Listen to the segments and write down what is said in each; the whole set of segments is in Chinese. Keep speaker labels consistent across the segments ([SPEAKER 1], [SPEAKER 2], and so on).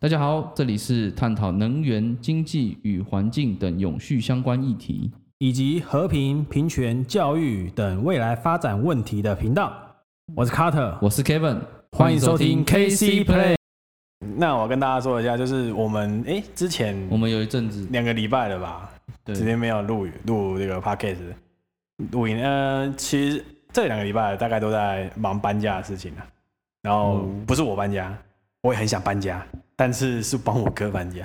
[SPEAKER 1] 大家好，这里是探讨能源、经济与环境等永续相关议题。
[SPEAKER 2] 以及和平、平权、教育等未来发展问题的频道。我是 Carter，
[SPEAKER 1] 我是 Kevin，
[SPEAKER 2] 欢迎收听 KC Play。那我跟大家说一下，就是我们哎、之前
[SPEAKER 1] 我们有一阵子
[SPEAKER 2] 两个礼拜了吧，
[SPEAKER 1] 对
[SPEAKER 2] 直接没有录录这个 podcast 录音。呃，其实这两个礼拜大概都在忙搬家的事情啊。然后
[SPEAKER 1] 嗯
[SPEAKER 2] 不是我搬家，我也很想搬家，但是是帮我哥搬家。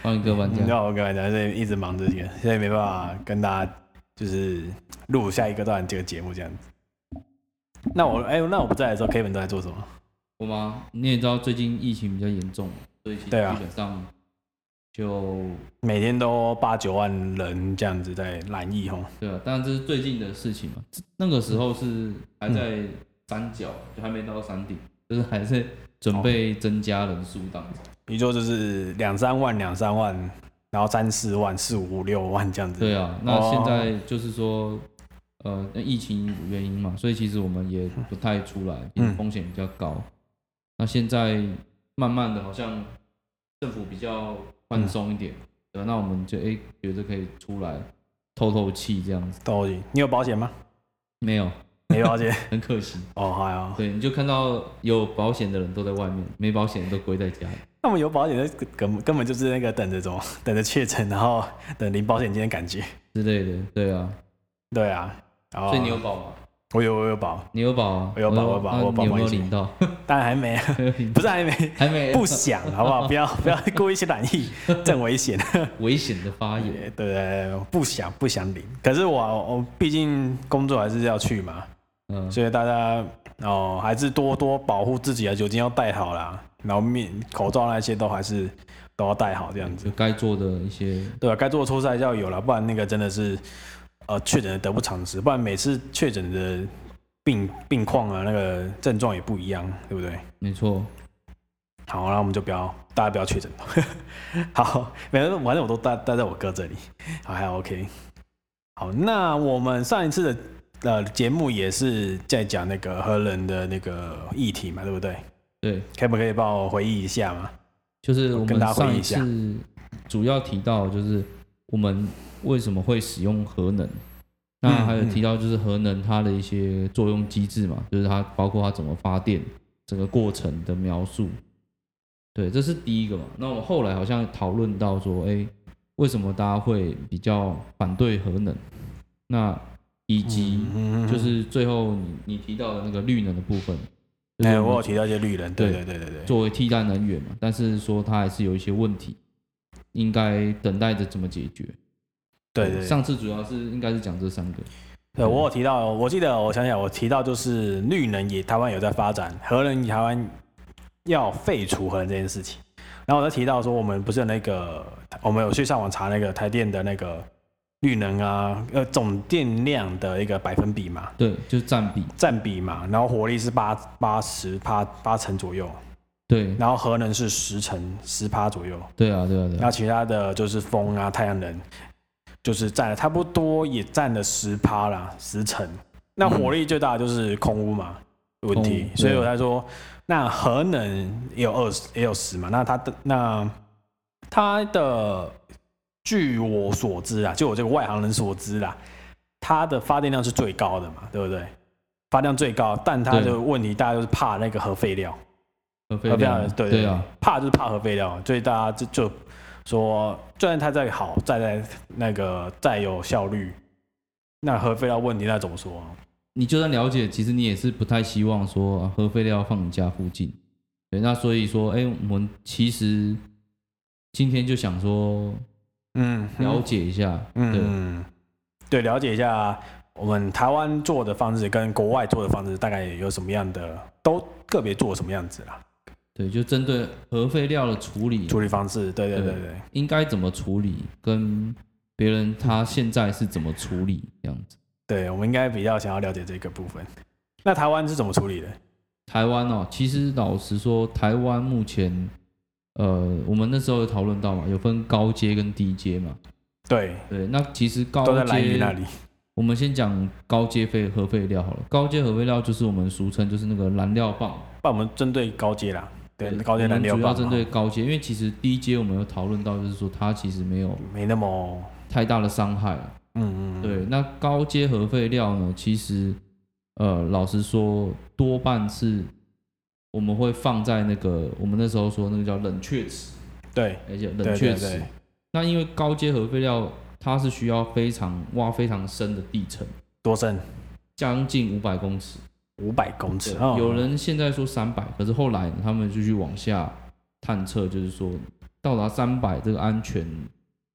[SPEAKER 1] 帮一个玩
[SPEAKER 2] 嗯你知
[SPEAKER 1] 家，
[SPEAKER 2] 道我跟你讲，所以一直忙着这个，所以没办法跟大家就是录下一个段这个节目这样子。那我哎、那我不在的时候，Kevin 都在做什么？
[SPEAKER 1] 我吗？你也知道最近疫情比较严重嘛，所以其实基
[SPEAKER 2] 对啊
[SPEAKER 1] 本上就
[SPEAKER 2] 每天都八九万人这样子在染疫吼。
[SPEAKER 1] 对啊，当然这是最近的事情嘛。这那个时候是还在
[SPEAKER 2] 嗯
[SPEAKER 1] 山脚，就还没到山顶，就是还在准
[SPEAKER 2] 哦
[SPEAKER 1] 备增加人数当中。
[SPEAKER 2] 一做就是两三万、两三万，然后三四万、四五六万这样子。
[SPEAKER 1] 对啊，那
[SPEAKER 2] 哦
[SPEAKER 1] 现在就是说，呃，那疫情原因嘛，所以其实我们也不太出来，因为
[SPEAKER 2] 嗯
[SPEAKER 1] 风险比较高。那现在慢慢的，好像政府比较宽松一点，
[SPEAKER 2] 嗯
[SPEAKER 1] 对吧那我们就哎、诶觉得可以出来透透气这样子。
[SPEAKER 2] 都有你有保险 吗？
[SPEAKER 1] 没 有，
[SPEAKER 2] 没保险
[SPEAKER 1] 很可惜。
[SPEAKER 2] 哦，还好。
[SPEAKER 1] 对，你就看到有保险的人都在外面，没保险的都归在家里。
[SPEAKER 2] 那我们有保险的根根本就是那个等着什么，等着确诊，然后等领保险金的感觉。
[SPEAKER 1] 之类的，对啊，
[SPEAKER 2] 对啊，然后
[SPEAKER 1] 所以你有保吗？
[SPEAKER 2] 我有我有保，
[SPEAKER 1] 你有保啊？
[SPEAKER 2] 我有保我有保
[SPEAKER 1] 那
[SPEAKER 2] 我保
[SPEAKER 1] 你有没有
[SPEAKER 2] 保险
[SPEAKER 1] 领 到？
[SPEAKER 2] 当然还没啊，
[SPEAKER 1] 没有领到
[SPEAKER 2] 不是还没，
[SPEAKER 1] 还没
[SPEAKER 2] 不想好不好？不要 不要故意去染疫，这很危险。
[SPEAKER 1] 危险的发言。
[SPEAKER 2] 对对对，不想不想领。可是我我毕竟工作还是要去嘛，
[SPEAKER 1] 嗯，
[SPEAKER 2] 所以大家哦还是多多保护自己啊，酒精要戴好啦，然后面口罩那些都还是都要戴好这样子。
[SPEAKER 1] 就嗯该做的一些，
[SPEAKER 2] 对啊，该做的出赛要有了，不然那个真的是呃确诊的得不偿失，不然每次确诊的病病况啊那个症状也不一样，对不对？
[SPEAKER 1] 没错，
[SPEAKER 2] 好，那我们就不要，大家不要确诊。 好，反正反正我都待待在我哥这里，好还 OK。好，那我们上一次的呃节目也是在讲那个核能的那个议题嘛，对不对？
[SPEAKER 1] 对，
[SPEAKER 2] 可不可以帮我回忆一下嘛？
[SPEAKER 1] 就是我
[SPEAKER 2] 跟
[SPEAKER 1] 们
[SPEAKER 2] 大家回
[SPEAKER 1] 上
[SPEAKER 2] 忆
[SPEAKER 1] 一
[SPEAKER 2] 一下
[SPEAKER 1] 次主要提到就是我们为什么会使用核能，那
[SPEAKER 2] 嗯
[SPEAKER 1] 还有
[SPEAKER 2] 嗯
[SPEAKER 1] 提到就是核能它的一些作用机制嘛，就是它包括它怎么发电整个过程的描述，对，这是第一个嘛。那我们后来好像讨论到说，哎，为什么大家会比较反对核能？那以及
[SPEAKER 2] 嗯
[SPEAKER 1] 就是最后你你提到的那个绿能的部分，就是
[SPEAKER 2] 哎、
[SPEAKER 1] 们
[SPEAKER 2] 我有提到一些绿人，对对
[SPEAKER 1] 对
[SPEAKER 2] 对对对，
[SPEAKER 1] 作为替代能源嘛，但是说它还是有一些问题，应该等待着怎么解决。
[SPEAKER 2] 对对对。
[SPEAKER 1] 上次主要是应该是讲这三个，
[SPEAKER 2] 对，
[SPEAKER 1] 嗯
[SPEAKER 2] 我有提到，我记得我想想，我提到就是绿能也台湾有在发展，核能也台湾要废除核能这件事情。然后我再提到说，我们不是有那个，我们有去上网查那个台电的那个绿能啊，呃，总电量的一个百分比嘛，
[SPEAKER 1] 对，就是占比，
[SPEAKER 2] 占比嘛，然后火力是八八十趴八成左右，
[SPEAKER 1] 对，
[SPEAKER 2] 然后核能是十成十趴左右，
[SPEAKER 1] 对啊，对啊，对
[SPEAKER 2] 然
[SPEAKER 1] 啊，
[SPEAKER 2] 后其他的就是风啊、太阳能，就是占了差不多也占了十趴啦，十成。那火力最大的就是空屋嘛问
[SPEAKER 1] 嗯空
[SPEAKER 2] 题
[SPEAKER 1] 屋，
[SPEAKER 2] 所以
[SPEAKER 1] 对
[SPEAKER 2] 我才说，那核能也有二十，也有十嘛。那它的那它的，据我所知啊，就我这个外行人所知啦，它的发电量是最高的嘛，对不对？发电量最高，但它
[SPEAKER 1] 对
[SPEAKER 2] 的问题大家就是怕那个核废料。
[SPEAKER 1] 核废
[SPEAKER 2] 核废
[SPEAKER 1] 料
[SPEAKER 2] 料，对
[SPEAKER 1] 对啊，
[SPEAKER 2] 怕就是怕核废料，所以大家就就说，虽然它再好，再再那个再有效率，那核废料问题那怎么说啊？
[SPEAKER 1] 你就算了解，其实你也是不太希望说啊核废料放你家附近，对，那所以说，哎，我们其实今天就想说
[SPEAKER 2] 嗯，
[SPEAKER 1] 了解一下，对，
[SPEAKER 2] 嗯，对，了解一下我们台湾做的方式跟国外做的方式大概有什么样的，都个别做什么样子啦，
[SPEAKER 1] 对，就针对核废料的处理，啊
[SPEAKER 2] 处理方式，对对对对，
[SPEAKER 1] 应该怎么处理，跟别人他现在是怎么处理这样子。
[SPEAKER 2] 对，我们应该比较想要了解这个部分。那台湾是怎么处理的？
[SPEAKER 1] 台湾哦，其实老实说，台湾目前，呃，我们那时候有讨论到嘛，有分高阶跟低阶嘛。
[SPEAKER 2] 对，
[SPEAKER 1] 对，那其实高
[SPEAKER 2] 都在蓝屿那
[SPEAKER 1] 阶，
[SPEAKER 2] 里，
[SPEAKER 1] 我们先讲高阶废核废料好了。高阶核废料就是我们俗称就是那个燃料棒，
[SPEAKER 2] 那我们针对高阶啦，对，高阶
[SPEAKER 1] 我
[SPEAKER 2] 燃
[SPEAKER 1] 们
[SPEAKER 2] 料
[SPEAKER 1] 主要
[SPEAKER 2] 棒啊
[SPEAKER 1] 针
[SPEAKER 2] 嘛
[SPEAKER 1] 对高阶，因为其实低阶我们有讨论到，就是说它其实没有
[SPEAKER 2] 没那么，
[SPEAKER 1] 太大的伤害啊。
[SPEAKER 2] 嗯嗯，嗯，
[SPEAKER 1] 对，那高阶核废料呢，其实呃，老实说，多半是我们会放在那个我们那时候说那个叫冷却池，
[SPEAKER 2] 对
[SPEAKER 1] 而且冷
[SPEAKER 2] 对
[SPEAKER 1] 却
[SPEAKER 2] 对
[SPEAKER 1] 池
[SPEAKER 2] 对，
[SPEAKER 1] 那因为高阶核废料，它是需要非常挖非常深的地层，
[SPEAKER 2] 多深
[SPEAKER 1] 将近五百公尺。
[SPEAKER 2] 五百公尺，哦
[SPEAKER 1] 有人现在说三百，可是后来他们就去往下探测，就是说到达三百这个安全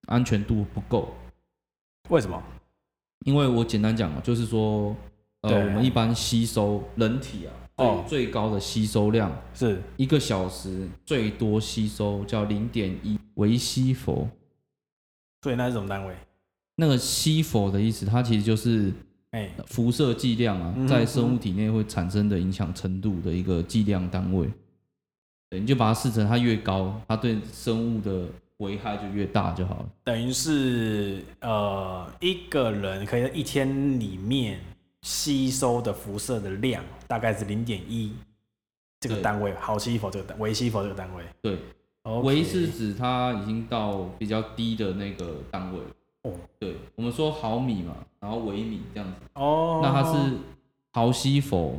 [SPEAKER 1] 安全度不够。
[SPEAKER 2] 为什么？
[SPEAKER 1] 因为我简单讲啊，就是说，呃，
[SPEAKER 2] 对
[SPEAKER 1] 我们一般吸收人体啊，最、
[SPEAKER 2] 哦
[SPEAKER 1] 最高的吸收量，
[SPEAKER 2] 是
[SPEAKER 1] 一个小时最多吸收叫零点一微西弗。
[SPEAKER 2] 所以那是什么单位？
[SPEAKER 1] 那个西弗的意思，它其实就是
[SPEAKER 2] 哎，
[SPEAKER 1] 辐射剂量啊
[SPEAKER 2] 嗯，哼
[SPEAKER 1] 在生物体内会产生的影响程度的一个计量单位。对，你就把它视成它越高，它对生物的危害就越大就好了。
[SPEAKER 2] 等于是呃，一个人可以在一天里面吸收的辐射的量大概是零点一这个
[SPEAKER 1] 对
[SPEAKER 2] 单位，好西弗这个单，维西弗这个单位。
[SPEAKER 1] 对，
[SPEAKER 2] OK
[SPEAKER 1] 维是指它已经到比较低的那个单位。
[SPEAKER 2] 哦，
[SPEAKER 1] 对，我们说毫米嘛，然后微米这样子。
[SPEAKER 2] 哦，
[SPEAKER 1] 那它是毫西弗、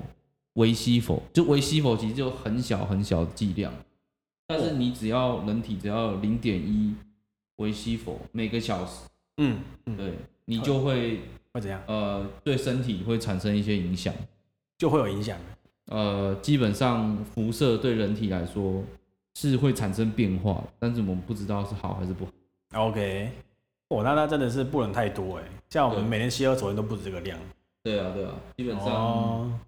[SPEAKER 1] 微西弗，就微西弗其实就很小很小的剂量，但是你只要人体只要零点一微西弗每个小时，
[SPEAKER 2] 嗯嗯，
[SPEAKER 1] 对你就会
[SPEAKER 2] 会怎样？
[SPEAKER 1] 呃对身体会产生一些影响。
[SPEAKER 2] 就会有影响。
[SPEAKER 1] 呃，基本上辐射对人体来说是会产生变化，但是我们不知道是好还是不好。
[SPEAKER 2] OK，哦，那它真的是不能太多哎，像我们
[SPEAKER 1] 对
[SPEAKER 2] 每天吸二手烟都不止这个量。
[SPEAKER 1] 对啊，对啊，基本上、
[SPEAKER 2] 哦，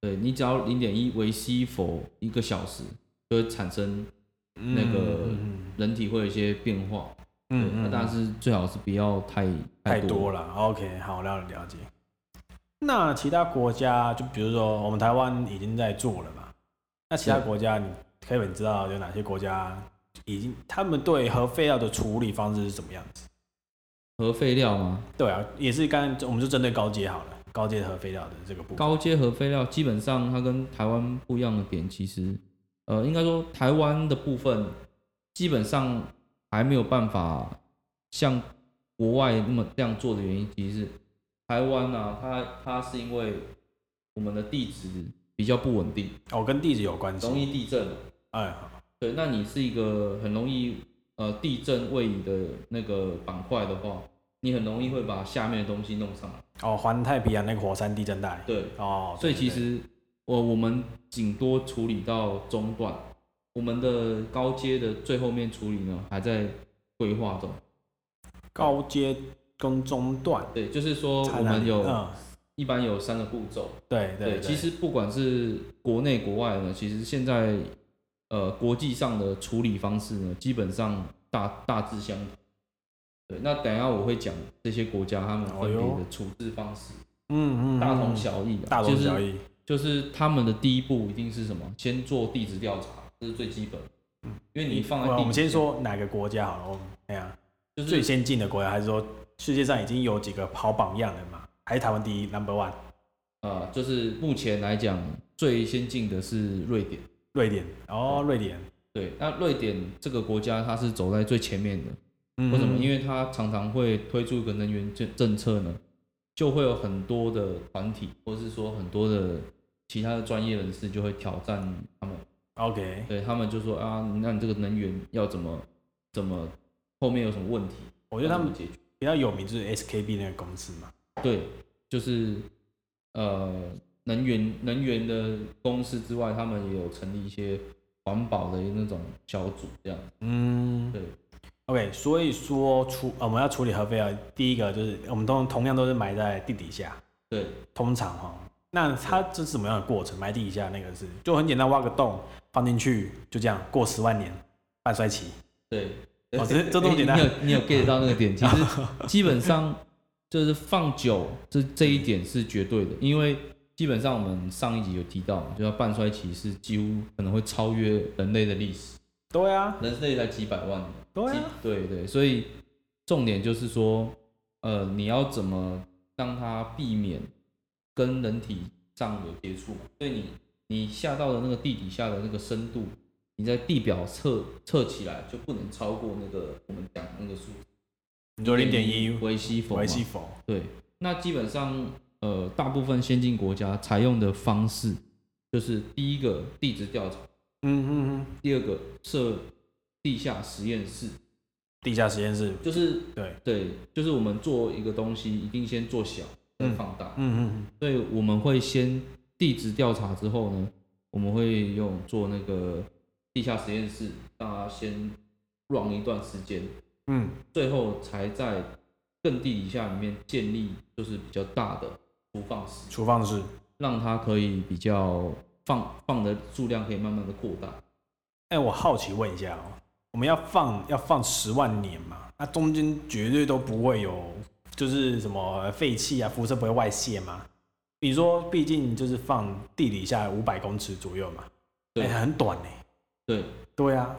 [SPEAKER 1] 对你只要零点一微西弗一个小时，就会产生
[SPEAKER 2] 那
[SPEAKER 1] 那个
[SPEAKER 2] 嗯
[SPEAKER 1] 人体会有一些变化。
[SPEAKER 2] 嗯
[SPEAKER 1] 对那当然是最好是不要太
[SPEAKER 2] 太
[SPEAKER 1] 多
[SPEAKER 2] 多了。OK，好，了解了解。那其他国家，就比如说我们台湾已经在做了嘛，那其他
[SPEAKER 1] 对
[SPEAKER 2] 国家你可以你知道有哪些国家已经他们对核废料的处理方式是怎么样子？
[SPEAKER 1] 核废料吗？
[SPEAKER 2] 对啊，也是刚才我们就针对高阶好了，高阶核废料的这个部分。
[SPEAKER 1] 高阶核废料基本上它跟台湾不一样的点，其实呃，应该说台湾的部分基本上还没有办法像国外那么这样做的原因，其实是台湾啊，它它是因为我们的地质比较不稳定，
[SPEAKER 2] 哦，跟地址有关
[SPEAKER 1] 容
[SPEAKER 2] 系。
[SPEAKER 1] 易地震。
[SPEAKER 2] 哎，
[SPEAKER 1] 对，那你是一个很容易呃地震位移的那个板块的话，你很容易会把下面的东西弄上来。
[SPEAKER 2] 哦，环太平洋那个火山地震带。
[SPEAKER 1] 对，
[SPEAKER 2] 哦，
[SPEAKER 1] 所以
[SPEAKER 2] 对
[SPEAKER 1] 其实我我们顶多处理到中段，我们的高阶的最后面处理呢还在规划中。
[SPEAKER 2] 高阶跟中段，
[SPEAKER 1] 对，就是说
[SPEAKER 2] 差
[SPEAKER 1] 我
[SPEAKER 2] 哪
[SPEAKER 1] 们
[SPEAKER 2] 里
[SPEAKER 1] 有
[SPEAKER 2] 嗯，
[SPEAKER 1] 一般有三个步骤。
[SPEAKER 2] 对对，
[SPEAKER 1] 其实不管是国内国外呢，其实现在呃国际上的处理方式呢，基本上大大致相同。对，那等一下我会讲这些国家他们分别
[SPEAKER 2] 哦
[SPEAKER 1] 的处置方式，
[SPEAKER 2] 嗯嗯，
[SPEAKER 1] 大同
[SPEAKER 2] 嗯
[SPEAKER 1] 小异的。
[SPEAKER 2] 大同小
[SPEAKER 1] 就是
[SPEAKER 2] 异，
[SPEAKER 1] 就是他们的第一步一定是什么？先做地质调查，这是最基本的。因为你放在地
[SPEAKER 2] 嗯
[SPEAKER 1] 嗯
[SPEAKER 2] 我
[SPEAKER 1] 址
[SPEAKER 2] 我们先说哪个国家好了，我们哎呀，
[SPEAKER 1] 就是
[SPEAKER 2] 最先进的国家，还是说世界上已经有几个好榜样了嘛？还是台湾第一 number one，
[SPEAKER 1] 呃，就是目前来讲最先进的是瑞典。
[SPEAKER 2] 瑞典哦，
[SPEAKER 1] 嗯
[SPEAKER 2] 瑞典，
[SPEAKER 1] 对，那瑞典这个国家它是走在最前面的。
[SPEAKER 2] 嗯
[SPEAKER 1] 为什么？因
[SPEAKER 2] 为
[SPEAKER 1] 为它常常会推出一个能源政政策呢，就会有很多的团体，或是说很多的其他的专业人士就会挑战他们，
[SPEAKER 2] OK，
[SPEAKER 1] 对他们就说啊，那你这个能源要怎么怎么后面有什么问题，
[SPEAKER 2] 我觉得他
[SPEAKER 1] 要
[SPEAKER 2] 们
[SPEAKER 1] 怎么解决。
[SPEAKER 2] 比较有名就是 SKB 那个公司嘛，
[SPEAKER 1] 对，就是呃能源能源的公司之外，他们也有成立一些环保的那种小组这样。
[SPEAKER 2] 嗯，
[SPEAKER 1] 对。
[SPEAKER 2] OK，所以说处、呃我们要处理核废料，第一个就是我们通同样都是埋在地底下，
[SPEAKER 1] 对，
[SPEAKER 2] 通常哈，那它这是什么样的过程？埋地底下那个是就很简单，挖个洞放进去，就这样过十万年半衰期。
[SPEAKER 1] 对，
[SPEAKER 2] 哦这这这么简单
[SPEAKER 1] 你有你 有 get 到那个点？其实基本上就是放久，这这一点是绝对的，因为基本上我们上一集有提到，就要半衰期是几乎可能会超越人类的历史，
[SPEAKER 2] 对啊，
[SPEAKER 1] 人类才几百万年，
[SPEAKER 2] 对
[SPEAKER 1] 几
[SPEAKER 2] 啊，
[SPEAKER 1] 对对，所以重点就是说，呃，你要怎么让它避免跟人体上有接触嘛？所以你你下到的那个地底下的那个深度，你在地表测测起来就不能超过那个我们讲那个数
[SPEAKER 2] 你说零点一
[SPEAKER 1] 微西风嘛
[SPEAKER 2] 维系否？
[SPEAKER 1] 对，那基本上呃，大部分先进国家采用的方式就是第一个地质调查，
[SPEAKER 2] 嗯嗯嗯，
[SPEAKER 1] 第二个设地下实验室，
[SPEAKER 2] 地下实验室，
[SPEAKER 1] 就是
[SPEAKER 2] 对，
[SPEAKER 1] 对，就是我们做一个东西一定先做小，再
[SPEAKER 2] 嗯
[SPEAKER 1] 放大，
[SPEAKER 2] 嗯嗯
[SPEAKER 1] 所以我们会先地质调查之后呢，我们会用做那个地下实验室，让它先 run 一段时间，
[SPEAKER 2] 嗯
[SPEAKER 1] 最后才在更地底下里面建立就是比较大的投放室
[SPEAKER 2] 嗯，，厨放室。
[SPEAKER 1] 让它可以比较放放的数量可以慢慢的扩大。
[SPEAKER 2] 哎、我好奇问一下哦，我们要放要放十万年嘛？那中间绝对都不会有就是什么废气啊、辐射不会外泄吗？你说，毕竟就是放地底下五百公尺左右嘛，
[SPEAKER 1] 对
[SPEAKER 2] 哎很短呢、
[SPEAKER 1] 对，
[SPEAKER 2] 对啊，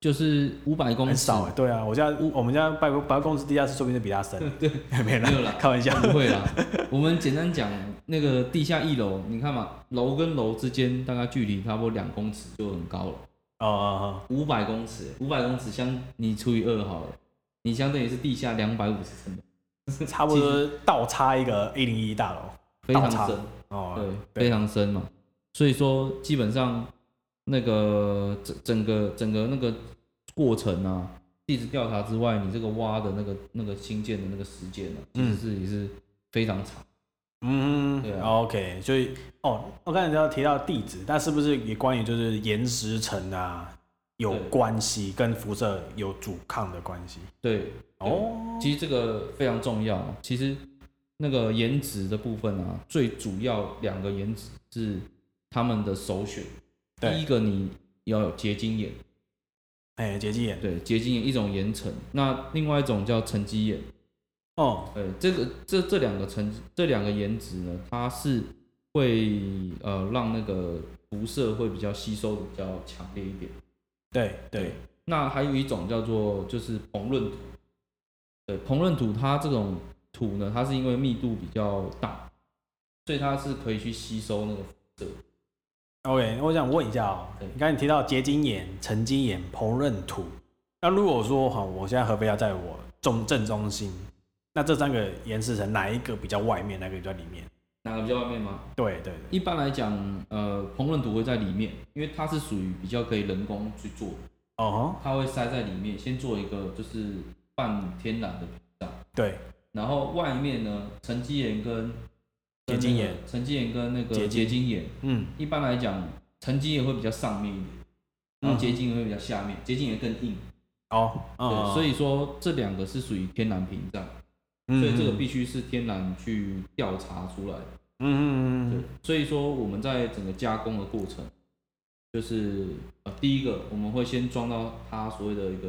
[SPEAKER 1] 就是五百公
[SPEAKER 2] 很
[SPEAKER 1] 尺，
[SPEAKER 2] 少哎、对啊，我家我们家百货百货公司地下室说不定就比他深。对，没
[SPEAKER 1] 没有
[SPEAKER 2] 了
[SPEAKER 1] 啦，
[SPEAKER 2] 开玩笑。
[SPEAKER 1] 哦不会啦。 我们简单讲，那个地下一楼，你看嘛，楼跟楼之间大概距离差不多两公尺就很高了，
[SPEAKER 2] 哦哦
[SPEAKER 1] 五百公尺，五百公尺相你除以二好了，你相当于是地下两百五十层，
[SPEAKER 2] 哦，差不多倒插一个一零一大楼。
[SPEAKER 1] 非常
[SPEAKER 2] 倒插
[SPEAKER 1] 深，
[SPEAKER 2] 哦，
[SPEAKER 1] 对，
[SPEAKER 2] 对
[SPEAKER 1] 非常深嘛。所以说，基本上那个整整个整个那个过程啊，地质调查之外，你这个挖的那个那个新建的那个时间呢、啊，其实
[SPEAKER 2] 嗯
[SPEAKER 1] 是也是非常长。
[SPEAKER 2] 嗯
[SPEAKER 1] 对啊
[SPEAKER 2] o k 所以哦，我刚才要提到地址，那是不是也关于就是岩石层啊有
[SPEAKER 1] 对
[SPEAKER 2] 关系，跟辐射有阻抗的关系？
[SPEAKER 1] 对，
[SPEAKER 2] 哦，
[SPEAKER 1] 其实这个非常重要。其实那个颜值的部分啊，最主要两个颜值是他们的首选。
[SPEAKER 2] 对
[SPEAKER 1] 第一个你要有结晶眼，
[SPEAKER 2] 哎，结晶岩，
[SPEAKER 1] 对，结晶眼一种岩层，那另外一种叫沉积眼。
[SPEAKER 2] 哦，
[SPEAKER 1] 呃，这个这这两个层这两个颜值呢，它是会呃让那个辐射会比较吸收的比较强烈一点。
[SPEAKER 2] 对对，
[SPEAKER 1] 那还有一种叫做就是膨润土，对，膨润土它这种土呢，它是因为密度比较大，所以它是可以去吸收那个。
[SPEAKER 2] OK，我想问一下哦，
[SPEAKER 1] 对
[SPEAKER 2] 你刚才提到结晶岩、沉积岩、膨润土，那如果说哈，我现在合肥要在我中正中心，那这三个岩石层哪一个比较外面，哪一个比较里面？
[SPEAKER 1] 哪个比较外面吗？
[SPEAKER 2] 对对对，
[SPEAKER 1] 一般来讲，呃，膨润土会在里面，因为它是属于比较可以人工去做的，
[SPEAKER 2] 哦
[SPEAKER 1] 它会塞在里面，先做一个就是半天然的
[SPEAKER 2] 吼，对，
[SPEAKER 1] 然后外面呢，沉积岩跟
[SPEAKER 2] 结晶岩，
[SPEAKER 1] 跟那个沉积岩跟那
[SPEAKER 2] 结
[SPEAKER 1] 个
[SPEAKER 2] 晶
[SPEAKER 1] 结晶岩，
[SPEAKER 2] 嗯，
[SPEAKER 1] 一般来讲，沉积岩会比较上面一点，然
[SPEAKER 2] 嗯
[SPEAKER 1] 后结晶岩会比较下面，结晶岩更硬。
[SPEAKER 2] 哦，
[SPEAKER 1] 对，
[SPEAKER 2] 嗯，
[SPEAKER 1] 所以说这两个是属于天然屏障，
[SPEAKER 2] 嗯，
[SPEAKER 1] 所以这个
[SPEAKER 2] 嗯
[SPEAKER 1] 必须是天然去调查出来的。
[SPEAKER 2] 嗯嗯
[SPEAKER 1] 对
[SPEAKER 2] 嗯，
[SPEAKER 1] 所以说我们在整个加工的过程，就是呃第一个我们会先装到它所谓的一个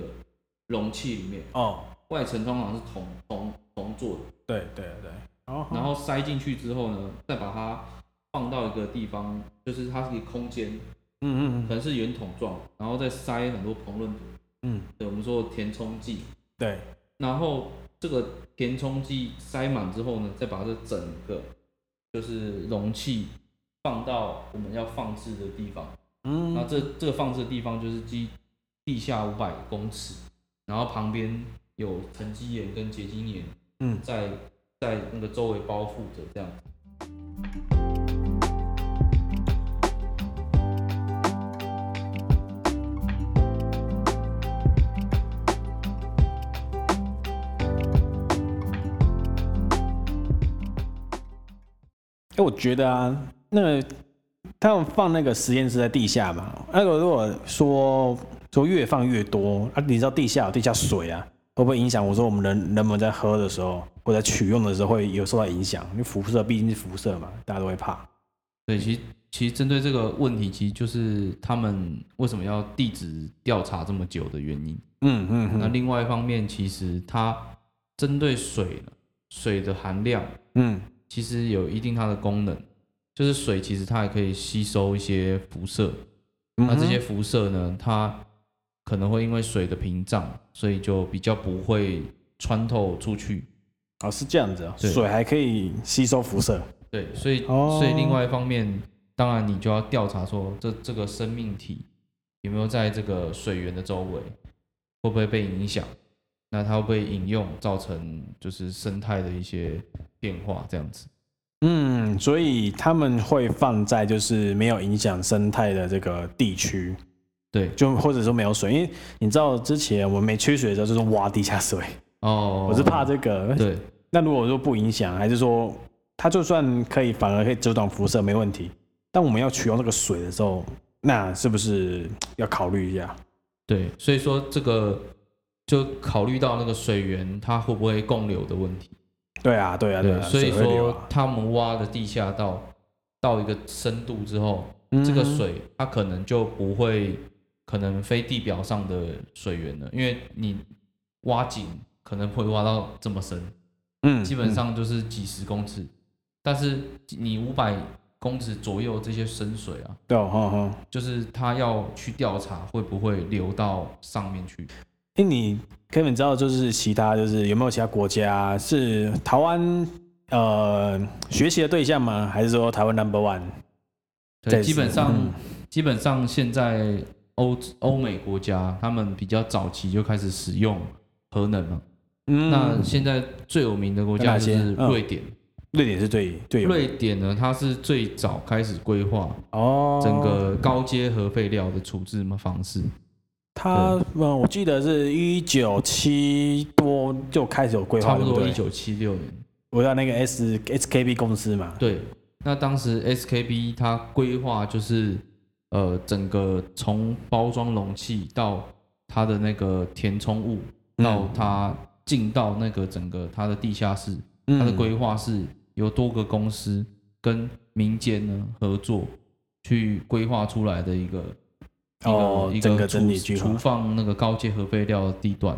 [SPEAKER 1] 容器里面，
[SPEAKER 2] 哦，
[SPEAKER 1] 外层通常是铜铜铜做的。
[SPEAKER 2] 对对对，哦
[SPEAKER 1] 然后塞进去之后呢，再把它放到一个地方，就是它是一个空间，
[SPEAKER 2] 嗯嗯
[SPEAKER 1] 可能是圆筒状，然后再塞很多膨润土，
[SPEAKER 2] 嗯，
[SPEAKER 1] 对，我们说填充剂。
[SPEAKER 2] 对，
[SPEAKER 1] 然后这个填充剂塞满之后呢，再把这整个就是容器放到我们要放置的地方。那
[SPEAKER 2] 嗯
[SPEAKER 1] 这这个放置的地方就是基地下五百公尺，然后旁边有沉积岩跟结晶岩
[SPEAKER 2] 嗯，
[SPEAKER 1] 在在那个周围包覆着这样。
[SPEAKER 2] 哎，我觉得啊，那个他们放那个实验室在地下嘛，那个如果说说越放越多，啊，你知道地下有地下水啊，会不会影响？我说我们人人们在喝的时候或者取用的时候会有受到影响，因为辐射毕竟是辐射嘛，大家都会怕。
[SPEAKER 1] 对，其实其实针对这个问题，其实就是他们为什么要地质调查这么久的原因。
[SPEAKER 2] 嗯嗯
[SPEAKER 1] 那
[SPEAKER 2] 嗯
[SPEAKER 1] 另外一方面，其实它针对水呢，水的含量
[SPEAKER 2] 嗯，
[SPEAKER 1] 其实有一定它的功能，就是水其实它也可以吸收一些辐射。
[SPEAKER 2] 嗯
[SPEAKER 1] 那这些辐射呢，它可能会因为水的屏障，所以就比较不会穿透出去。
[SPEAKER 2] 哦是这样子，哦，
[SPEAKER 1] 对
[SPEAKER 2] 水还可以吸收辐射。
[SPEAKER 1] 对，所以、
[SPEAKER 2] 哦
[SPEAKER 1] 所以另外一方面，当然你就要调查说这这个生命体有没有在这个水源的周围，会不会被影响？那它会不会饮用造成就是生态的一些变化？这样子，
[SPEAKER 2] 嗯，所以他们会放在就是没有影响生态的这个地区，
[SPEAKER 1] 对
[SPEAKER 2] 就或者说没有水，因为你知道之前我们没缺水的时候就是挖地下水，
[SPEAKER 1] 哦，
[SPEAKER 2] 我是怕这个。
[SPEAKER 1] 对
[SPEAKER 2] 那如果说不影响，还是说它就算可以，反而可以遮挡辐射，没问题。但我们要取用这个水的时候，那是不是要考虑一下？
[SPEAKER 1] 对，所以说这个就考虑到那个水源它会不会供流的问题，
[SPEAKER 2] 对啊，对啊，啊，
[SPEAKER 1] 所以
[SPEAKER 2] 水会流
[SPEAKER 1] 说
[SPEAKER 2] 啊
[SPEAKER 1] 他们挖的地下道到一个深度之后，
[SPEAKER 2] 嗯
[SPEAKER 1] 这个水它可能就不会可能非地表上的水源了，因为你挖井可能会挖到这么深，
[SPEAKER 2] 嗯
[SPEAKER 1] 基本上就是几十公尺，但是你五百公尺左右这些深水啊，
[SPEAKER 2] 对哦，哦哦
[SPEAKER 1] 就是它要去调查会不会流到上面去。
[SPEAKER 2] 因为你 Kevin 知道，就是其他就是有没有其他国家是台湾呃学习的对象吗？还是说台湾 Number One？
[SPEAKER 1] 对，
[SPEAKER 2] 对
[SPEAKER 1] 基本上、
[SPEAKER 2] 嗯
[SPEAKER 1] 基本上现在欧欧美国家他们比较早期就开始使用核能嘛，
[SPEAKER 2] 嗯
[SPEAKER 1] 那现在最有名的国家
[SPEAKER 2] 哪
[SPEAKER 1] 就
[SPEAKER 2] 些
[SPEAKER 1] 是
[SPEAKER 2] 嗯
[SPEAKER 1] 瑞典。
[SPEAKER 2] 瑞典是最最有
[SPEAKER 1] 瑞典呢，它是最早开始规划
[SPEAKER 2] 哦，
[SPEAKER 1] 整个高阶核废料的处置方式。
[SPEAKER 2] 他嗯，我记得是一九七多就开始有规划，
[SPEAKER 1] 差不多
[SPEAKER 2] 对
[SPEAKER 1] 一
[SPEAKER 2] 对
[SPEAKER 1] 九七六年。
[SPEAKER 2] 我在那个 S SKB 公司嘛，
[SPEAKER 1] 对，那当时 SKB 它规划就是呃整个从包装容器到它的那个填充物，
[SPEAKER 2] 嗯
[SPEAKER 1] 到它进到那个整个它的地下室，它
[SPEAKER 2] 他
[SPEAKER 1] 的规划是由多个公司跟民间呢合作去规划出来的一个。一
[SPEAKER 2] 哦
[SPEAKER 1] 个一
[SPEAKER 2] 整
[SPEAKER 1] 个
[SPEAKER 2] 个整理
[SPEAKER 1] 储
[SPEAKER 2] 计划
[SPEAKER 1] 储放那个高阶核废料的地段，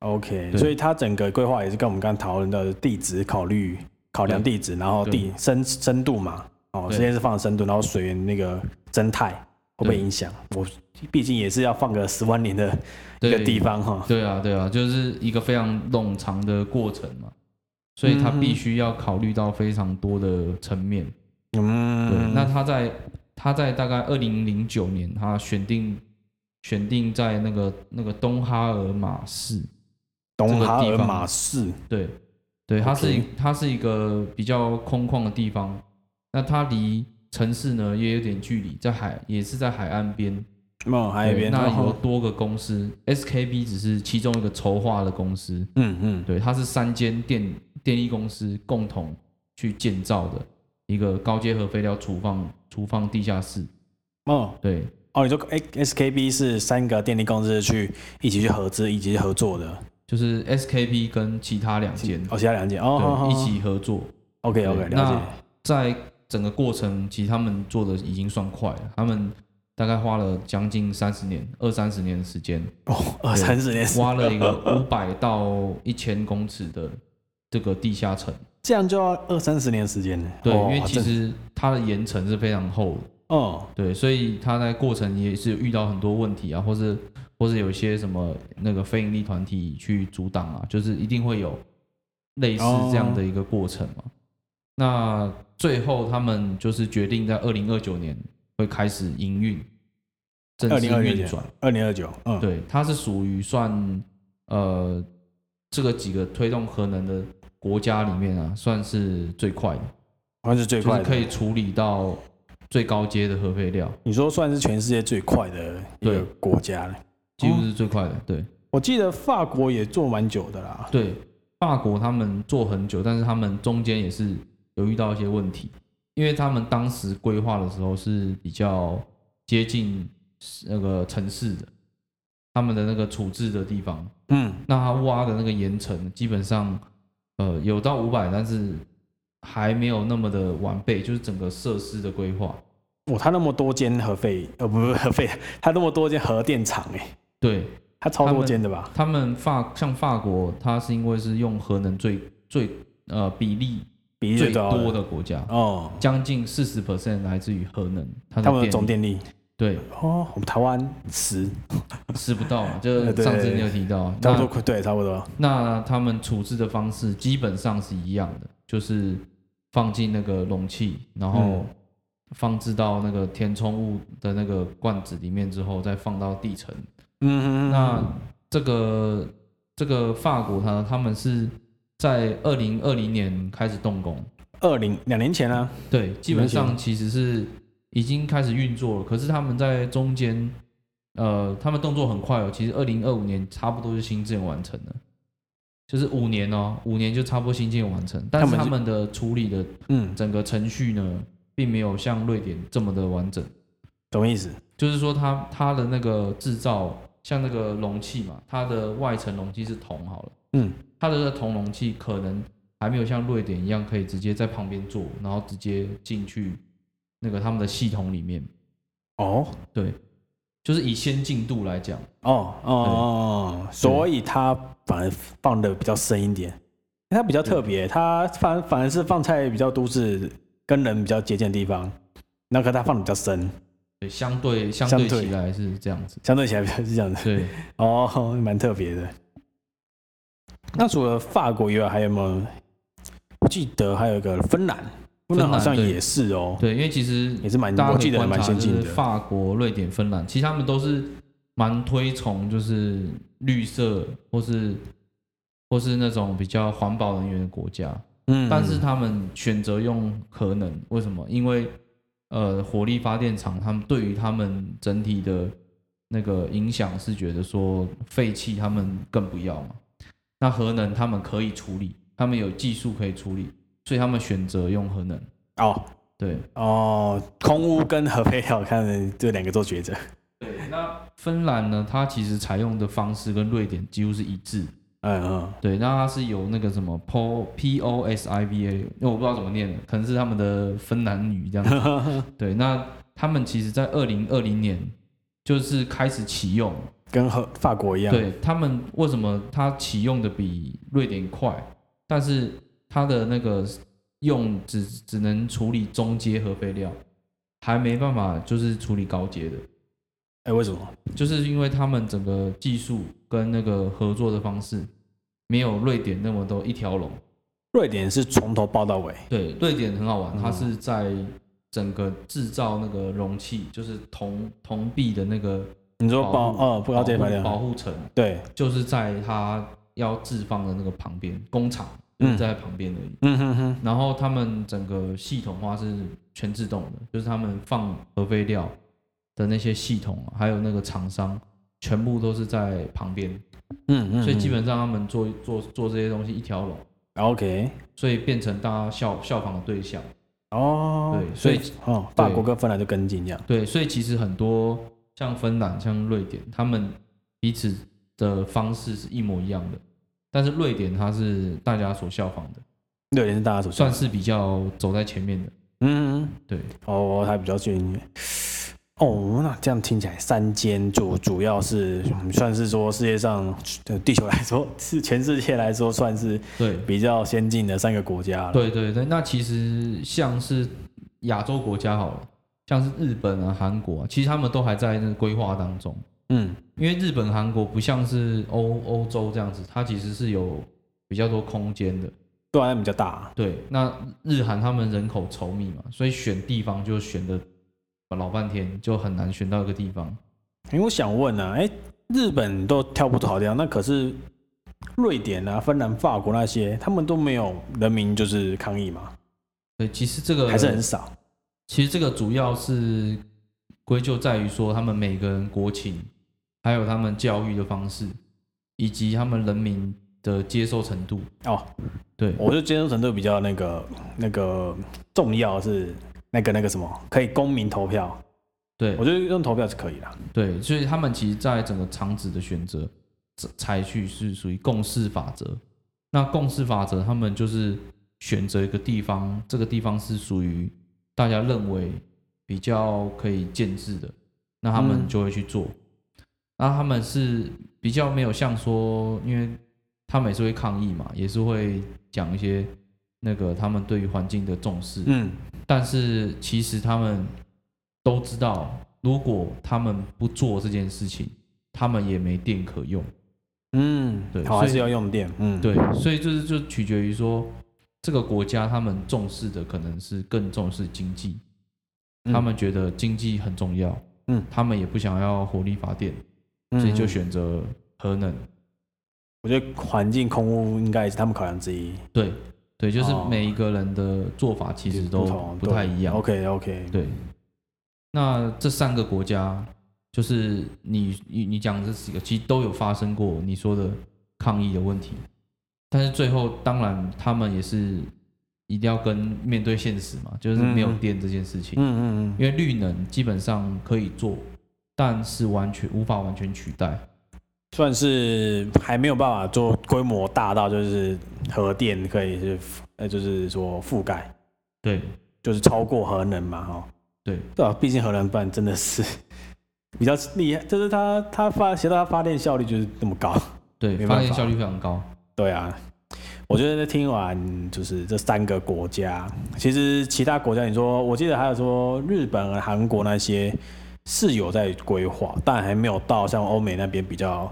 [SPEAKER 2] OK，
[SPEAKER 1] 对
[SPEAKER 2] 所以它整个规划也是跟我们刚刚讨论到的地址考虑考量地址，然后地深深度嘛，哦，
[SPEAKER 1] 对
[SPEAKER 2] 时间是放深度，然后水源那个生态会不会
[SPEAKER 1] 对
[SPEAKER 2] 影响？我毕竟也是要放个十万年的一个
[SPEAKER 1] 对
[SPEAKER 2] 地方哈，
[SPEAKER 1] 对啊，对啊，就是一个非常冗长的过程嘛，所以他必须要考虑到非常多的层面。对，
[SPEAKER 2] 嗯，
[SPEAKER 1] 那他在他在大概二零零九年，他选定选定在那个那个东哈尔马市，
[SPEAKER 2] 东哈
[SPEAKER 1] 这个
[SPEAKER 2] 尔
[SPEAKER 1] 地方
[SPEAKER 2] 马市，
[SPEAKER 1] 对，对，它是
[SPEAKER 2] OK
[SPEAKER 1] 一它是一个比较空旷的地方，那它离城市呢也有点距离，在海也是在海岸边，
[SPEAKER 2] 哦，海
[SPEAKER 1] 对
[SPEAKER 2] 边，
[SPEAKER 1] 那
[SPEAKER 2] 然
[SPEAKER 1] 有
[SPEAKER 2] 后
[SPEAKER 1] 多个公司，SKB 只是其中一个筹划的公司，
[SPEAKER 2] 嗯嗯，
[SPEAKER 1] 对，它是三间电电力公司共同去建造的一个高阶核废料储放储放地下室。
[SPEAKER 2] 哦
[SPEAKER 1] 对
[SPEAKER 2] 哦，你说 S SKB 是三个电力公司去一起去合资，一起去合作的，
[SPEAKER 1] 就是 SKP 跟其他两间、
[SPEAKER 2] 哦，其他两件哦，好
[SPEAKER 1] 对一起合作，
[SPEAKER 2] ，OK OK，
[SPEAKER 1] 对
[SPEAKER 2] 了解
[SPEAKER 1] 那，在整个过程其实他们做的已经算快了，他们大概花了将近三十年二三十年的时间，
[SPEAKER 2] 哦，二三十年 是
[SPEAKER 1] 挖了一个五百到一千公尺的这个地下层。
[SPEAKER 2] 这样就要二三十年时间了。
[SPEAKER 1] 对，
[SPEAKER 2] 哦
[SPEAKER 1] 因为其
[SPEAKER 2] 真
[SPEAKER 1] 实它的岩层是非常厚的。
[SPEAKER 2] 哦，
[SPEAKER 1] 对，所以他在过程也是遇到很多问题啊，或是或是有一些什么那个非营利团体去阻挡啊，就是一定会有类似这样
[SPEAKER 2] 哦
[SPEAKER 1] 的一个过程嘛。那最后他们就是决定在二零二九年会开始营运，正式
[SPEAKER 2] 2029
[SPEAKER 1] 运
[SPEAKER 2] 年
[SPEAKER 1] 转。
[SPEAKER 2] 二零二九，嗯，
[SPEAKER 1] 对，它是属于算呃这个几个推动核能的国家里面啊，算是最快的，
[SPEAKER 2] 好像是最
[SPEAKER 1] 就
[SPEAKER 2] 快
[SPEAKER 1] 是
[SPEAKER 2] 的。
[SPEAKER 1] 可以处理到最高阶的核废料。
[SPEAKER 2] 你说算是全世界最快的一个
[SPEAKER 1] 对
[SPEAKER 2] 国家了。
[SPEAKER 1] 几乎是最快的。
[SPEAKER 2] 哦
[SPEAKER 1] 对
[SPEAKER 2] 我记得法国也做蛮久的啦。
[SPEAKER 1] 对，法国他们做很久，但是他们中间也是有遇到一些问题，因为他们当时规划的时候是比较接近那个城市的，他们的那个处置的地方，
[SPEAKER 2] 嗯，
[SPEAKER 1] 那他挖的那个岩层基本上呃有到五百，但是还没有那么的完备，就是整个设施的规划。
[SPEAKER 2] 哇，它那么多间核废，呃，不是 核废，它那么多间核电厂，哎，
[SPEAKER 1] 对
[SPEAKER 2] 它超多间的吧？
[SPEAKER 1] 他们法像法国，它是因为是用核能最最呃比例
[SPEAKER 2] 比例
[SPEAKER 1] 最
[SPEAKER 2] 最高
[SPEAKER 1] 多
[SPEAKER 2] 的
[SPEAKER 1] 的国家，
[SPEAKER 2] 哦，
[SPEAKER 1] 将近四十 percent 来自于核能，它
[SPEAKER 2] 他们的
[SPEAKER 1] 的
[SPEAKER 2] 总
[SPEAKER 1] 电力
[SPEAKER 2] 电力
[SPEAKER 1] 对
[SPEAKER 2] 哦，我们台湾十，
[SPEAKER 1] 吃不 到嘛，就
[SPEAKER 2] 对
[SPEAKER 1] 上次你有提到，
[SPEAKER 2] 差不
[SPEAKER 1] 那
[SPEAKER 2] 多，对，差不多。
[SPEAKER 1] 那他们处置的方式基本上是一样的，就是放进那个容器，然后
[SPEAKER 2] 嗯
[SPEAKER 1] 放置到那个填充物的那个罐子里面之后，再放到地层。
[SPEAKER 2] 嗯哼，
[SPEAKER 1] 那这个这个法国它他们是在二零二零年开始动工，
[SPEAKER 2] 二零两年前啊呢、
[SPEAKER 1] 对，基本上其实是已经开始运作了，可是他们在中间，呃，他们动作很快哦，其实二零二五年差不多就新建完成了，就是五年哦，五年就差不多新建完成，但是
[SPEAKER 2] 他
[SPEAKER 1] 他
[SPEAKER 2] 们
[SPEAKER 1] 们的处理的
[SPEAKER 2] 嗯，
[SPEAKER 1] 整个程序呢，并没有像瑞典这么的完整，
[SPEAKER 2] 懂意思？
[SPEAKER 1] 就是说它它的那个制造，像那个容器嘛，它的外层容器是铜好了，
[SPEAKER 2] 嗯，
[SPEAKER 1] 它的那铜容器可能还没有像瑞典一样可以直接在旁边做，然后直接进去那个他们的系统里面，
[SPEAKER 2] 哦
[SPEAKER 1] 就是以先进度来讲，
[SPEAKER 2] 哦哦哦，所以它反而放的比较深一点，因为它比较特别，它反反而是放在比较都市跟人比较接近的地方，那可它放的比较深，
[SPEAKER 1] 对，相对相
[SPEAKER 2] 相
[SPEAKER 1] 对
[SPEAKER 2] 对
[SPEAKER 1] 起来是这样子，
[SPEAKER 2] 相对起来比较是这样子。
[SPEAKER 1] 对，
[SPEAKER 2] 哦，蛮特别的。那除了法国以外，还有没有？我记得还有一个芬兰，芬兰好像
[SPEAKER 1] 芬兰对
[SPEAKER 2] 也是哦，
[SPEAKER 1] 对，因为其实
[SPEAKER 2] 也是蛮，
[SPEAKER 1] 大
[SPEAKER 2] 我
[SPEAKER 1] 家可
[SPEAKER 2] 记
[SPEAKER 1] 以
[SPEAKER 2] 得
[SPEAKER 1] 观
[SPEAKER 2] 蛮
[SPEAKER 1] 察，
[SPEAKER 2] 先
[SPEAKER 1] 就
[SPEAKER 2] 进
[SPEAKER 1] 是
[SPEAKER 2] 的。
[SPEAKER 1] 法国、瑞典、芬兰，其实他们都是蛮推崇就是绿色或是或是那种比较环保能源的国家，
[SPEAKER 2] 嗯
[SPEAKER 1] 但是他们选择用核能，为什么？因为呃，火力发电厂他们对于他们整体的那个影响是觉得说废气他们更不要嘛，那核能他们可以处理，他们有技术可以处理，所以他们选择用核能，
[SPEAKER 2] 哦
[SPEAKER 1] 对。
[SPEAKER 2] 哦，空屋跟核废料，看这两个做抉择。
[SPEAKER 1] 对，那芬兰呢，它其实采用的方式跟瑞典几乎是一致。
[SPEAKER 2] 嗯嗯，
[SPEAKER 1] 对，那它是由那个什么 PO P O S I V A，那我不知道怎么念的，可能是他们的芬兰语这样子。
[SPEAKER 2] 嗯
[SPEAKER 1] 对，那他们其实在二零二零年就是开始启用。
[SPEAKER 2] 跟和法国一样。，
[SPEAKER 1] 对他们为什么它启用的比瑞典快，但是它的那个用只只能处理中阶核废料，还没办法就是处理高阶的。
[SPEAKER 2] 哎，为什么？
[SPEAKER 1] 就是因为他们整个技术跟那个合作的方式，没有瑞典那么多一条龙。
[SPEAKER 2] 瑞典是从头包到尾。
[SPEAKER 1] 对，瑞典很好玩，
[SPEAKER 2] 嗯
[SPEAKER 1] 它是在整个制造那个容器，就是铜铜币的那个
[SPEAKER 2] 你说包
[SPEAKER 1] 保护
[SPEAKER 2] 哦，不高阶
[SPEAKER 1] 保
[SPEAKER 2] 排
[SPEAKER 1] 护
[SPEAKER 2] 量。
[SPEAKER 1] 保护层，
[SPEAKER 2] 对，
[SPEAKER 1] 就是在它要置放的那个旁边，工厂
[SPEAKER 2] 嗯
[SPEAKER 1] 就在旁边而已。
[SPEAKER 2] 嗯哼哼，
[SPEAKER 1] 然后他们整个系统化是全自动的，就是他们放核废料的那些系统，还有那个厂商，全部都是在旁边。
[SPEAKER 2] 嗯嗯，
[SPEAKER 1] 所以基本上他们做做做这些东西一条龙，
[SPEAKER 2] 嗯 OK。
[SPEAKER 1] 所以变成大家效效仿的对象。
[SPEAKER 2] 哦，
[SPEAKER 1] 对所以
[SPEAKER 2] 哦，法国跟芬兰就跟进这样。
[SPEAKER 1] 对，所以其实很多像芬兰、像瑞典，他们彼此的方式是一模一样的，但是瑞典它是大家所效仿的，
[SPEAKER 2] 瑞典是啊大家所
[SPEAKER 1] 算是比较走在前面的。
[SPEAKER 2] 嗯，嗯
[SPEAKER 1] 对，
[SPEAKER 2] 哦，它比较近一点。哦，那这样听起来，三间主主要是嗯算是说世界上，呃地球来说是全世界来说算是
[SPEAKER 1] 对，
[SPEAKER 2] 比较先进的三个国家了。，
[SPEAKER 1] 对对对。那其实像是亚洲国家好了，像是日本啊、韩国啊，其实他们都还在那个规划当中。
[SPEAKER 2] 嗯，
[SPEAKER 1] 因为日本、韩国不像是欧欧洲这样子，它其实是有比较多空间的。
[SPEAKER 2] 对啊，那比较大。
[SPEAKER 1] 对，那日韩他们人口稠密嘛，所以选地方就选的老半天，就很难选到一个地方。
[SPEAKER 2] 因为我想问啊，哎、日本都挑不出好地方，那可是瑞典啊、芬兰、法国那些，他们都没有人民就是抗议嘛，
[SPEAKER 1] 对，其实这个
[SPEAKER 2] 还是很少。
[SPEAKER 1] 其实这个主要是归咎在于说他们每个人国情，还有他们教育的方式，以及他们人民的接受程度。
[SPEAKER 2] 哦，
[SPEAKER 1] 对，
[SPEAKER 2] 我就接受程度比较那个那个重要是那个那个什么，可以公民投票，
[SPEAKER 1] 对
[SPEAKER 2] 我，觉得用投票是可以的。
[SPEAKER 1] 对，所以他们其实在整个厂址的选择这采取是属于共识法则。那共识法则，他们就是选择一个地方，这个地方是属于大家认为比较可以建制的，那他们
[SPEAKER 2] 嗯
[SPEAKER 1] 就会去做。那他们是比较没有像说，因为他们也是会抗议嘛，也是会讲一些那个他们对于环境的重视。
[SPEAKER 2] 嗯，
[SPEAKER 1] 但是其实他们都知道，如果他们不做这件事情，他们也没电可用。
[SPEAKER 2] 嗯，
[SPEAKER 1] 对
[SPEAKER 2] 好，
[SPEAKER 1] 所
[SPEAKER 2] 还
[SPEAKER 1] 以
[SPEAKER 2] 是要用电。嗯，
[SPEAKER 1] 对，所以就是就取决于说，这个国家他们重视的可能是更重视经济，
[SPEAKER 2] 嗯
[SPEAKER 1] 他们觉得经济很重要，
[SPEAKER 2] 嗯，
[SPEAKER 1] 他们也不想要火力发电，
[SPEAKER 2] 嗯
[SPEAKER 1] 所以就选择核能。
[SPEAKER 2] 我觉得环境、空污应该也是他们考量之一，
[SPEAKER 1] 对对，就是
[SPEAKER 2] 哦
[SPEAKER 1] 每一个人的做法其实都
[SPEAKER 2] 同
[SPEAKER 1] 不太一样。
[SPEAKER 2] OK OK，
[SPEAKER 1] 对，那这三个国家，就是你你你讲的这几个，其实都有发生过你说的抗议的问题，但是最后当然他们也是一定要跟面对现实嘛，就是没有
[SPEAKER 2] 嗯嗯
[SPEAKER 1] 电这件事情，
[SPEAKER 2] 嗯嗯嗯，
[SPEAKER 1] 因为绿能基本上可以做，但是完全无法完全取代。
[SPEAKER 2] 算是还没有办法做规模大到就是核电可以是呃就是说覆盖，
[SPEAKER 1] 对
[SPEAKER 2] 就是超过核能嘛哈。
[SPEAKER 1] 对
[SPEAKER 2] 对啊，毕竟核能办真的是 比较厉害，就是它它发写到它发电效率就是那么高。
[SPEAKER 1] 对，
[SPEAKER 2] 没办
[SPEAKER 1] 发电
[SPEAKER 2] 法
[SPEAKER 1] 效率非常高。
[SPEAKER 2] 对啊，我觉得听完就是这三个国家，其实其他国家你说，我记得还有说日本和韩国那些是有在规划，但还没有到像欧美那边比较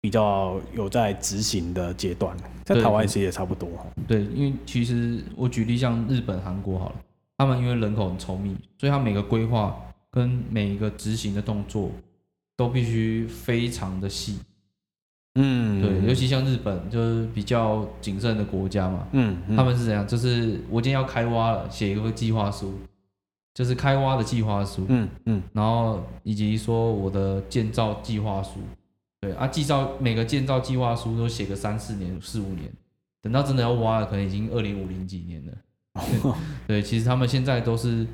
[SPEAKER 2] 比较有在执行的阶段。在
[SPEAKER 1] 对
[SPEAKER 2] 台湾
[SPEAKER 1] 对
[SPEAKER 2] 其实也差不多。
[SPEAKER 1] 对，因为其实我举例像日本、韩国好了，他们因为人口很稠密，所以他每个规划跟每一个执行的动作都必须非常的细。
[SPEAKER 2] 嗯
[SPEAKER 1] 对，尤其像日本就是比较谨慎的国家嘛，
[SPEAKER 2] 嗯，嗯
[SPEAKER 1] 他们是怎样？就是我今天要开挖了，写一个计划书，就是开挖的计划书，
[SPEAKER 2] 嗯嗯
[SPEAKER 1] 然后以及说我的建造计划书。对啊，建造每个建造计划书都写个三四年、四五年，等到真的要挖了，可能已经二零五零几年了。 对，其实他们现在都是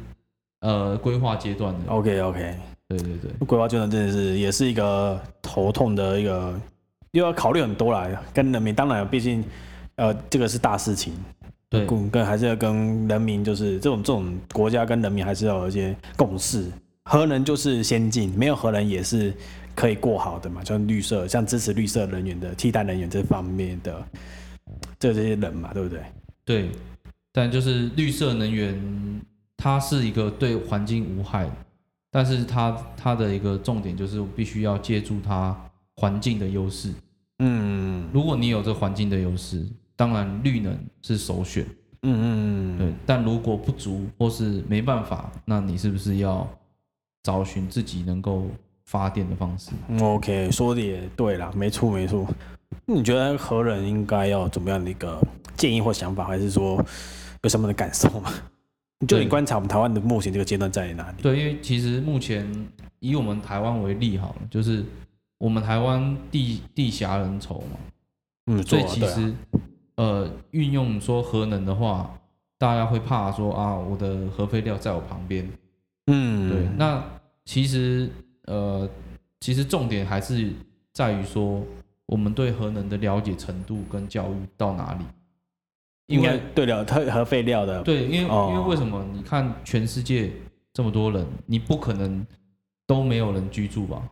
[SPEAKER 1] 呃规划阶段的。
[SPEAKER 2] ，OK OK，
[SPEAKER 1] 对对对，
[SPEAKER 2] 规划阶段真的是也是一个头痛的一个，又要考虑很多啦，跟人民当然毕竟呃这个是大事情。
[SPEAKER 1] 对
[SPEAKER 2] 跟跟还是要跟人民，就是这种这种国家跟人民还是要有一些共识。核能就是先进，没有核能也是可以过好的嘛，像绿色，像支持绿色能源的替代能源这方面的这这些人嘛，对不对？
[SPEAKER 1] 对，但就是绿色能源，它是一个对环境无害的，但是它它的一个重点就是必须要借助它环境的优势。
[SPEAKER 2] 嗯
[SPEAKER 1] 如果你有这环境的优势，当然绿能是首选。
[SPEAKER 2] 嗯嗯
[SPEAKER 1] 对，但如果不足或是没办法，那你是不是要找寻自己能够发电的方式？
[SPEAKER 2] 嗯，OK，说的也对啦，没错没错。嗯你觉得核能应该要怎么样的一个建议或想法，还是说有什么的感受吗？就你
[SPEAKER 1] 对
[SPEAKER 2] 观察我们台湾的目前这个阶段在哪里？
[SPEAKER 1] 对，因为其实目前以我们台湾为例好了，就是我们台湾地地狭人稠嘛，
[SPEAKER 2] 嗯，
[SPEAKER 1] 所
[SPEAKER 2] 做
[SPEAKER 1] 以
[SPEAKER 2] 啊
[SPEAKER 1] 其
[SPEAKER 2] 对啊
[SPEAKER 1] 实、呃，运用说核能的话，大家会怕说啊，我的核废料在我旁边。
[SPEAKER 2] 嗯，
[SPEAKER 1] 对，那其实呃，其实重点还是在于说我们对核能的了解程度跟教育到哪里，因
[SPEAKER 2] 应该
[SPEAKER 1] 为
[SPEAKER 2] 对了，它核废料的，
[SPEAKER 1] 对，因为、
[SPEAKER 2] 哦
[SPEAKER 1] 因为为什么？你看全世界这么多人，你不可能都没有人居住吧？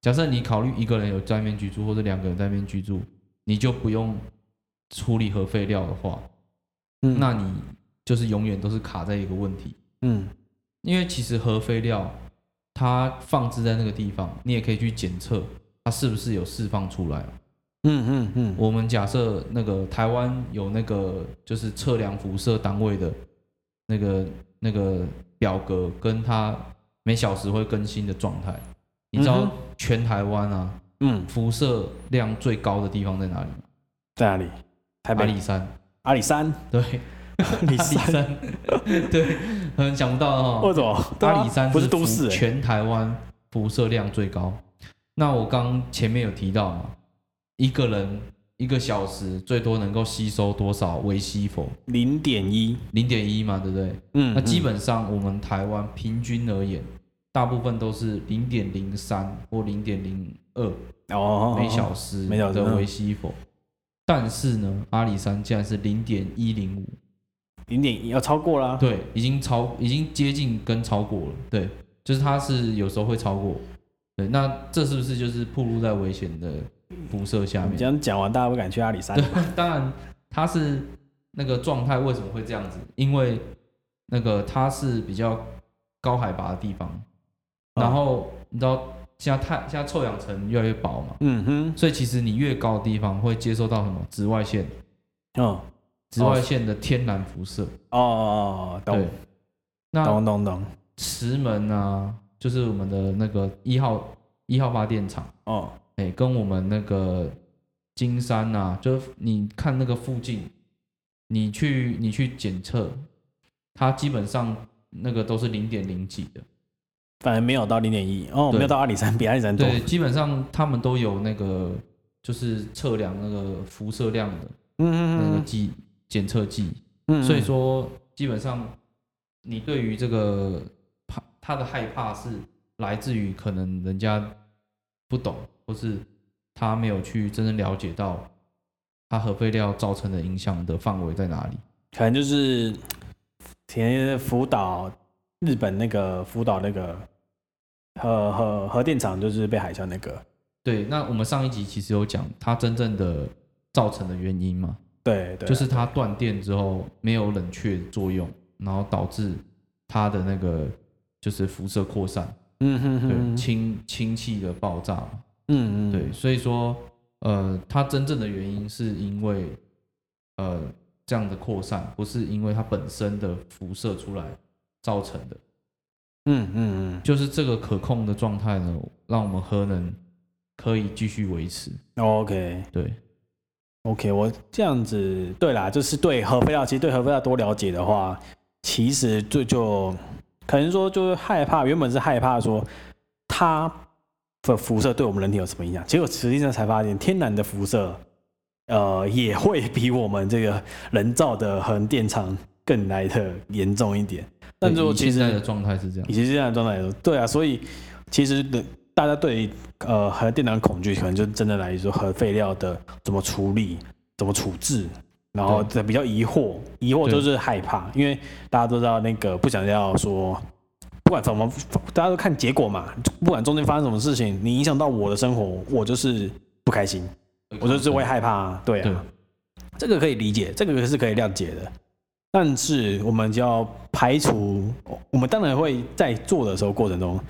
[SPEAKER 1] 假设你考虑一个人有在那边居住，或者两个人在那边居住，你就不用处理核废料的话，
[SPEAKER 2] 嗯
[SPEAKER 1] 那你就是永远都是卡在一个问题。
[SPEAKER 2] 嗯
[SPEAKER 1] 因为其实核废料它放置在那个地方，你也可以去检测它是不是有释放出来。
[SPEAKER 2] 嗯嗯嗯，
[SPEAKER 1] 我们假设那个台湾有那个就是测量辐射单位的那个那个表格，跟它每小时会更新的状态。你知
[SPEAKER 2] 嗯
[SPEAKER 1] 道
[SPEAKER 2] 哼
[SPEAKER 1] 全台湾啊
[SPEAKER 2] 嗯
[SPEAKER 1] 辐射量最高的地方在哪里吗？
[SPEAKER 2] 在哪里？台
[SPEAKER 1] 阿
[SPEAKER 2] 北
[SPEAKER 1] 里山。
[SPEAKER 2] 阿里山，
[SPEAKER 1] 对，
[SPEAKER 2] 阿
[SPEAKER 1] 阿
[SPEAKER 2] 里
[SPEAKER 1] 里，山。对，很想不到哦
[SPEAKER 2] 为。什么？对啊
[SPEAKER 1] 阿里山
[SPEAKER 2] 不是
[SPEAKER 1] 辐
[SPEAKER 2] 都市欸？
[SPEAKER 1] 全台湾辐射量最高。那我刚前面有提到嘛，一个人一个小时最多能够吸收多少微吸否？
[SPEAKER 2] 零点一，
[SPEAKER 1] 零点一嘛，对不对？
[SPEAKER 2] 嗯
[SPEAKER 1] 那基
[SPEAKER 2] 嗯
[SPEAKER 1] 本上我们台湾平均而言，大部分都是零点零三或零点零二
[SPEAKER 2] 哦
[SPEAKER 1] 每小时
[SPEAKER 2] 每小时
[SPEAKER 1] 的
[SPEAKER 2] 嗯
[SPEAKER 1] 微吸否。但是呢，阿里山竟然是零点一零五，
[SPEAKER 2] 零点一要超过啦，
[SPEAKER 1] 对，已经超，已经接近跟超过了，对，就是它是有时候会超过，对，那这是不是就是暴露在危险的辐射下
[SPEAKER 2] 你这
[SPEAKER 1] 面？
[SPEAKER 2] 样讲完，大家不敢去阿里山
[SPEAKER 1] 啊对， 当然它是那个状态为什么会这样子？因为那个它是比较高海拔的地方，
[SPEAKER 2] 哦
[SPEAKER 1] 然后你知道现在碳现在臭氧层越来越薄嘛，
[SPEAKER 2] 嗯哼，
[SPEAKER 1] 所以其实你越高的地方会接收到什么紫外线，
[SPEAKER 2] 嗯，哦
[SPEAKER 1] 紫外线的天然辐射，
[SPEAKER 2] 哦哦，哦
[SPEAKER 1] 对
[SPEAKER 2] 懂，
[SPEAKER 1] 那
[SPEAKER 2] 懂懂懂，
[SPEAKER 1] 石门啊，就是我们的那个一号一号发电厂，
[SPEAKER 2] 哦，
[SPEAKER 1] 哎、跟我们那个金山啊，就是你看那个附近，你去你去检测，它基本上那个都是零点零几的，
[SPEAKER 2] 反正没有到零点一，哦，
[SPEAKER 1] 对
[SPEAKER 2] 没有到阿里山，比阿里山多。
[SPEAKER 1] 对，基本上他们都有那个就是测量那个辐射量的那个
[SPEAKER 2] 嗯嗯
[SPEAKER 1] 计检测计，
[SPEAKER 2] 嗯
[SPEAKER 1] 所以，说基本上你对于这个怕他的害怕是来自于可能人家不懂，或是他没有去真正了解到它核废料造成的影响的范围在哪里。
[SPEAKER 2] 可能就是前福岛日本那个福岛那个核核核电厂就是被海啸那个，
[SPEAKER 1] 对，那我们上一集其实有讲它真正的造成的原因嘛，
[SPEAKER 2] 对对，
[SPEAKER 1] 就是它断电之后没有冷却作用，然后导致它的那个就是辐射扩散，
[SPEAKER 2] 嗯哼
[SPEAKER 1] 对，
[SPEAKER 2] 哼，
[SPEAKER 1] 氢氢气的爆炸嘛。
[SPEAKER 2] 嗯嗯
[SPEAKER 1] 对，所以说，呃，它真正的原因是因为，呃，这样的扩散，不是因为它本身的辐射出来造成的。
[SPEAKER 2] 嗯嗯
[SPEAKER 1] 就是这个可控的状态呢，让我们核能可以继续维持。
[SPEAKER 2] 嗯，OK。
[SPEAKER 1] 对，
[SPEAKER 2] OK，我这样子对啦，就是对核废料，其实对核废料多了解的话，其实就就可能说就是害怕，原本是害怕说它的辐射对我们人体有什么影响，结果实际上才发现，天然的辐射，呃，也会比我们这个人造的核电厂更来的严重一点。但
[SPEAKER 1] 对
[SPEAKER 2] 是我
[SPEAKER 1] 以
[SPEAKER 2] 其
[SPEAKER 1] 现在
[SPEAKER 2] 实
[SPEAKER 1] 的状态是这样
[SPEAKER 2] 以。及这样的状态来说，对啊，所以其实的大家对于呃核电脑的恐惧，可能就真的来说核废料的怎么处理、怎么处置，然后比较疑惑，疑惑就是害怕，因为大家都知道那个不想要说。不管怎么，大家都看结果嘛。不管中间发生什么事情，你影响到我的生活，我就是不开心，我就是会害怕啊。对啊，
[SPEAKER 1] 对
[SPEAKER 2] 这个可以理解，这个是可以谅解的。但是我们就要排除，我们当然会在做的时候过程中，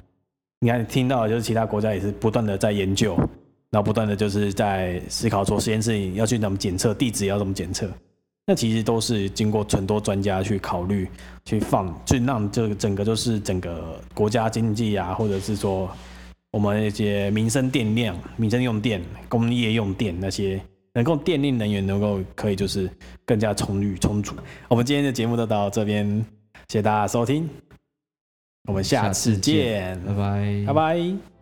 [SPEAKER 2] 你看听到的就是其他国家也是不断的在研究，然后不断的就是在思考说实验室要去怎么检测，地址要怎么检测。那其实都是经过很多专家去考虑、去放、去让这个整个就是整个国家经济啊，或者是说我们一些民生电量、民生用电、工业用电那些能够电力能源能够可以就是更加充裕充足。我们今天的节目就到这边，谢谢大家收听，我们下次
[SPEAKER 1] 下次见
[SPEAKER 2] 见，
[SPEAKER 1] 拜拜，
[SPEAKER 2] 拜拜。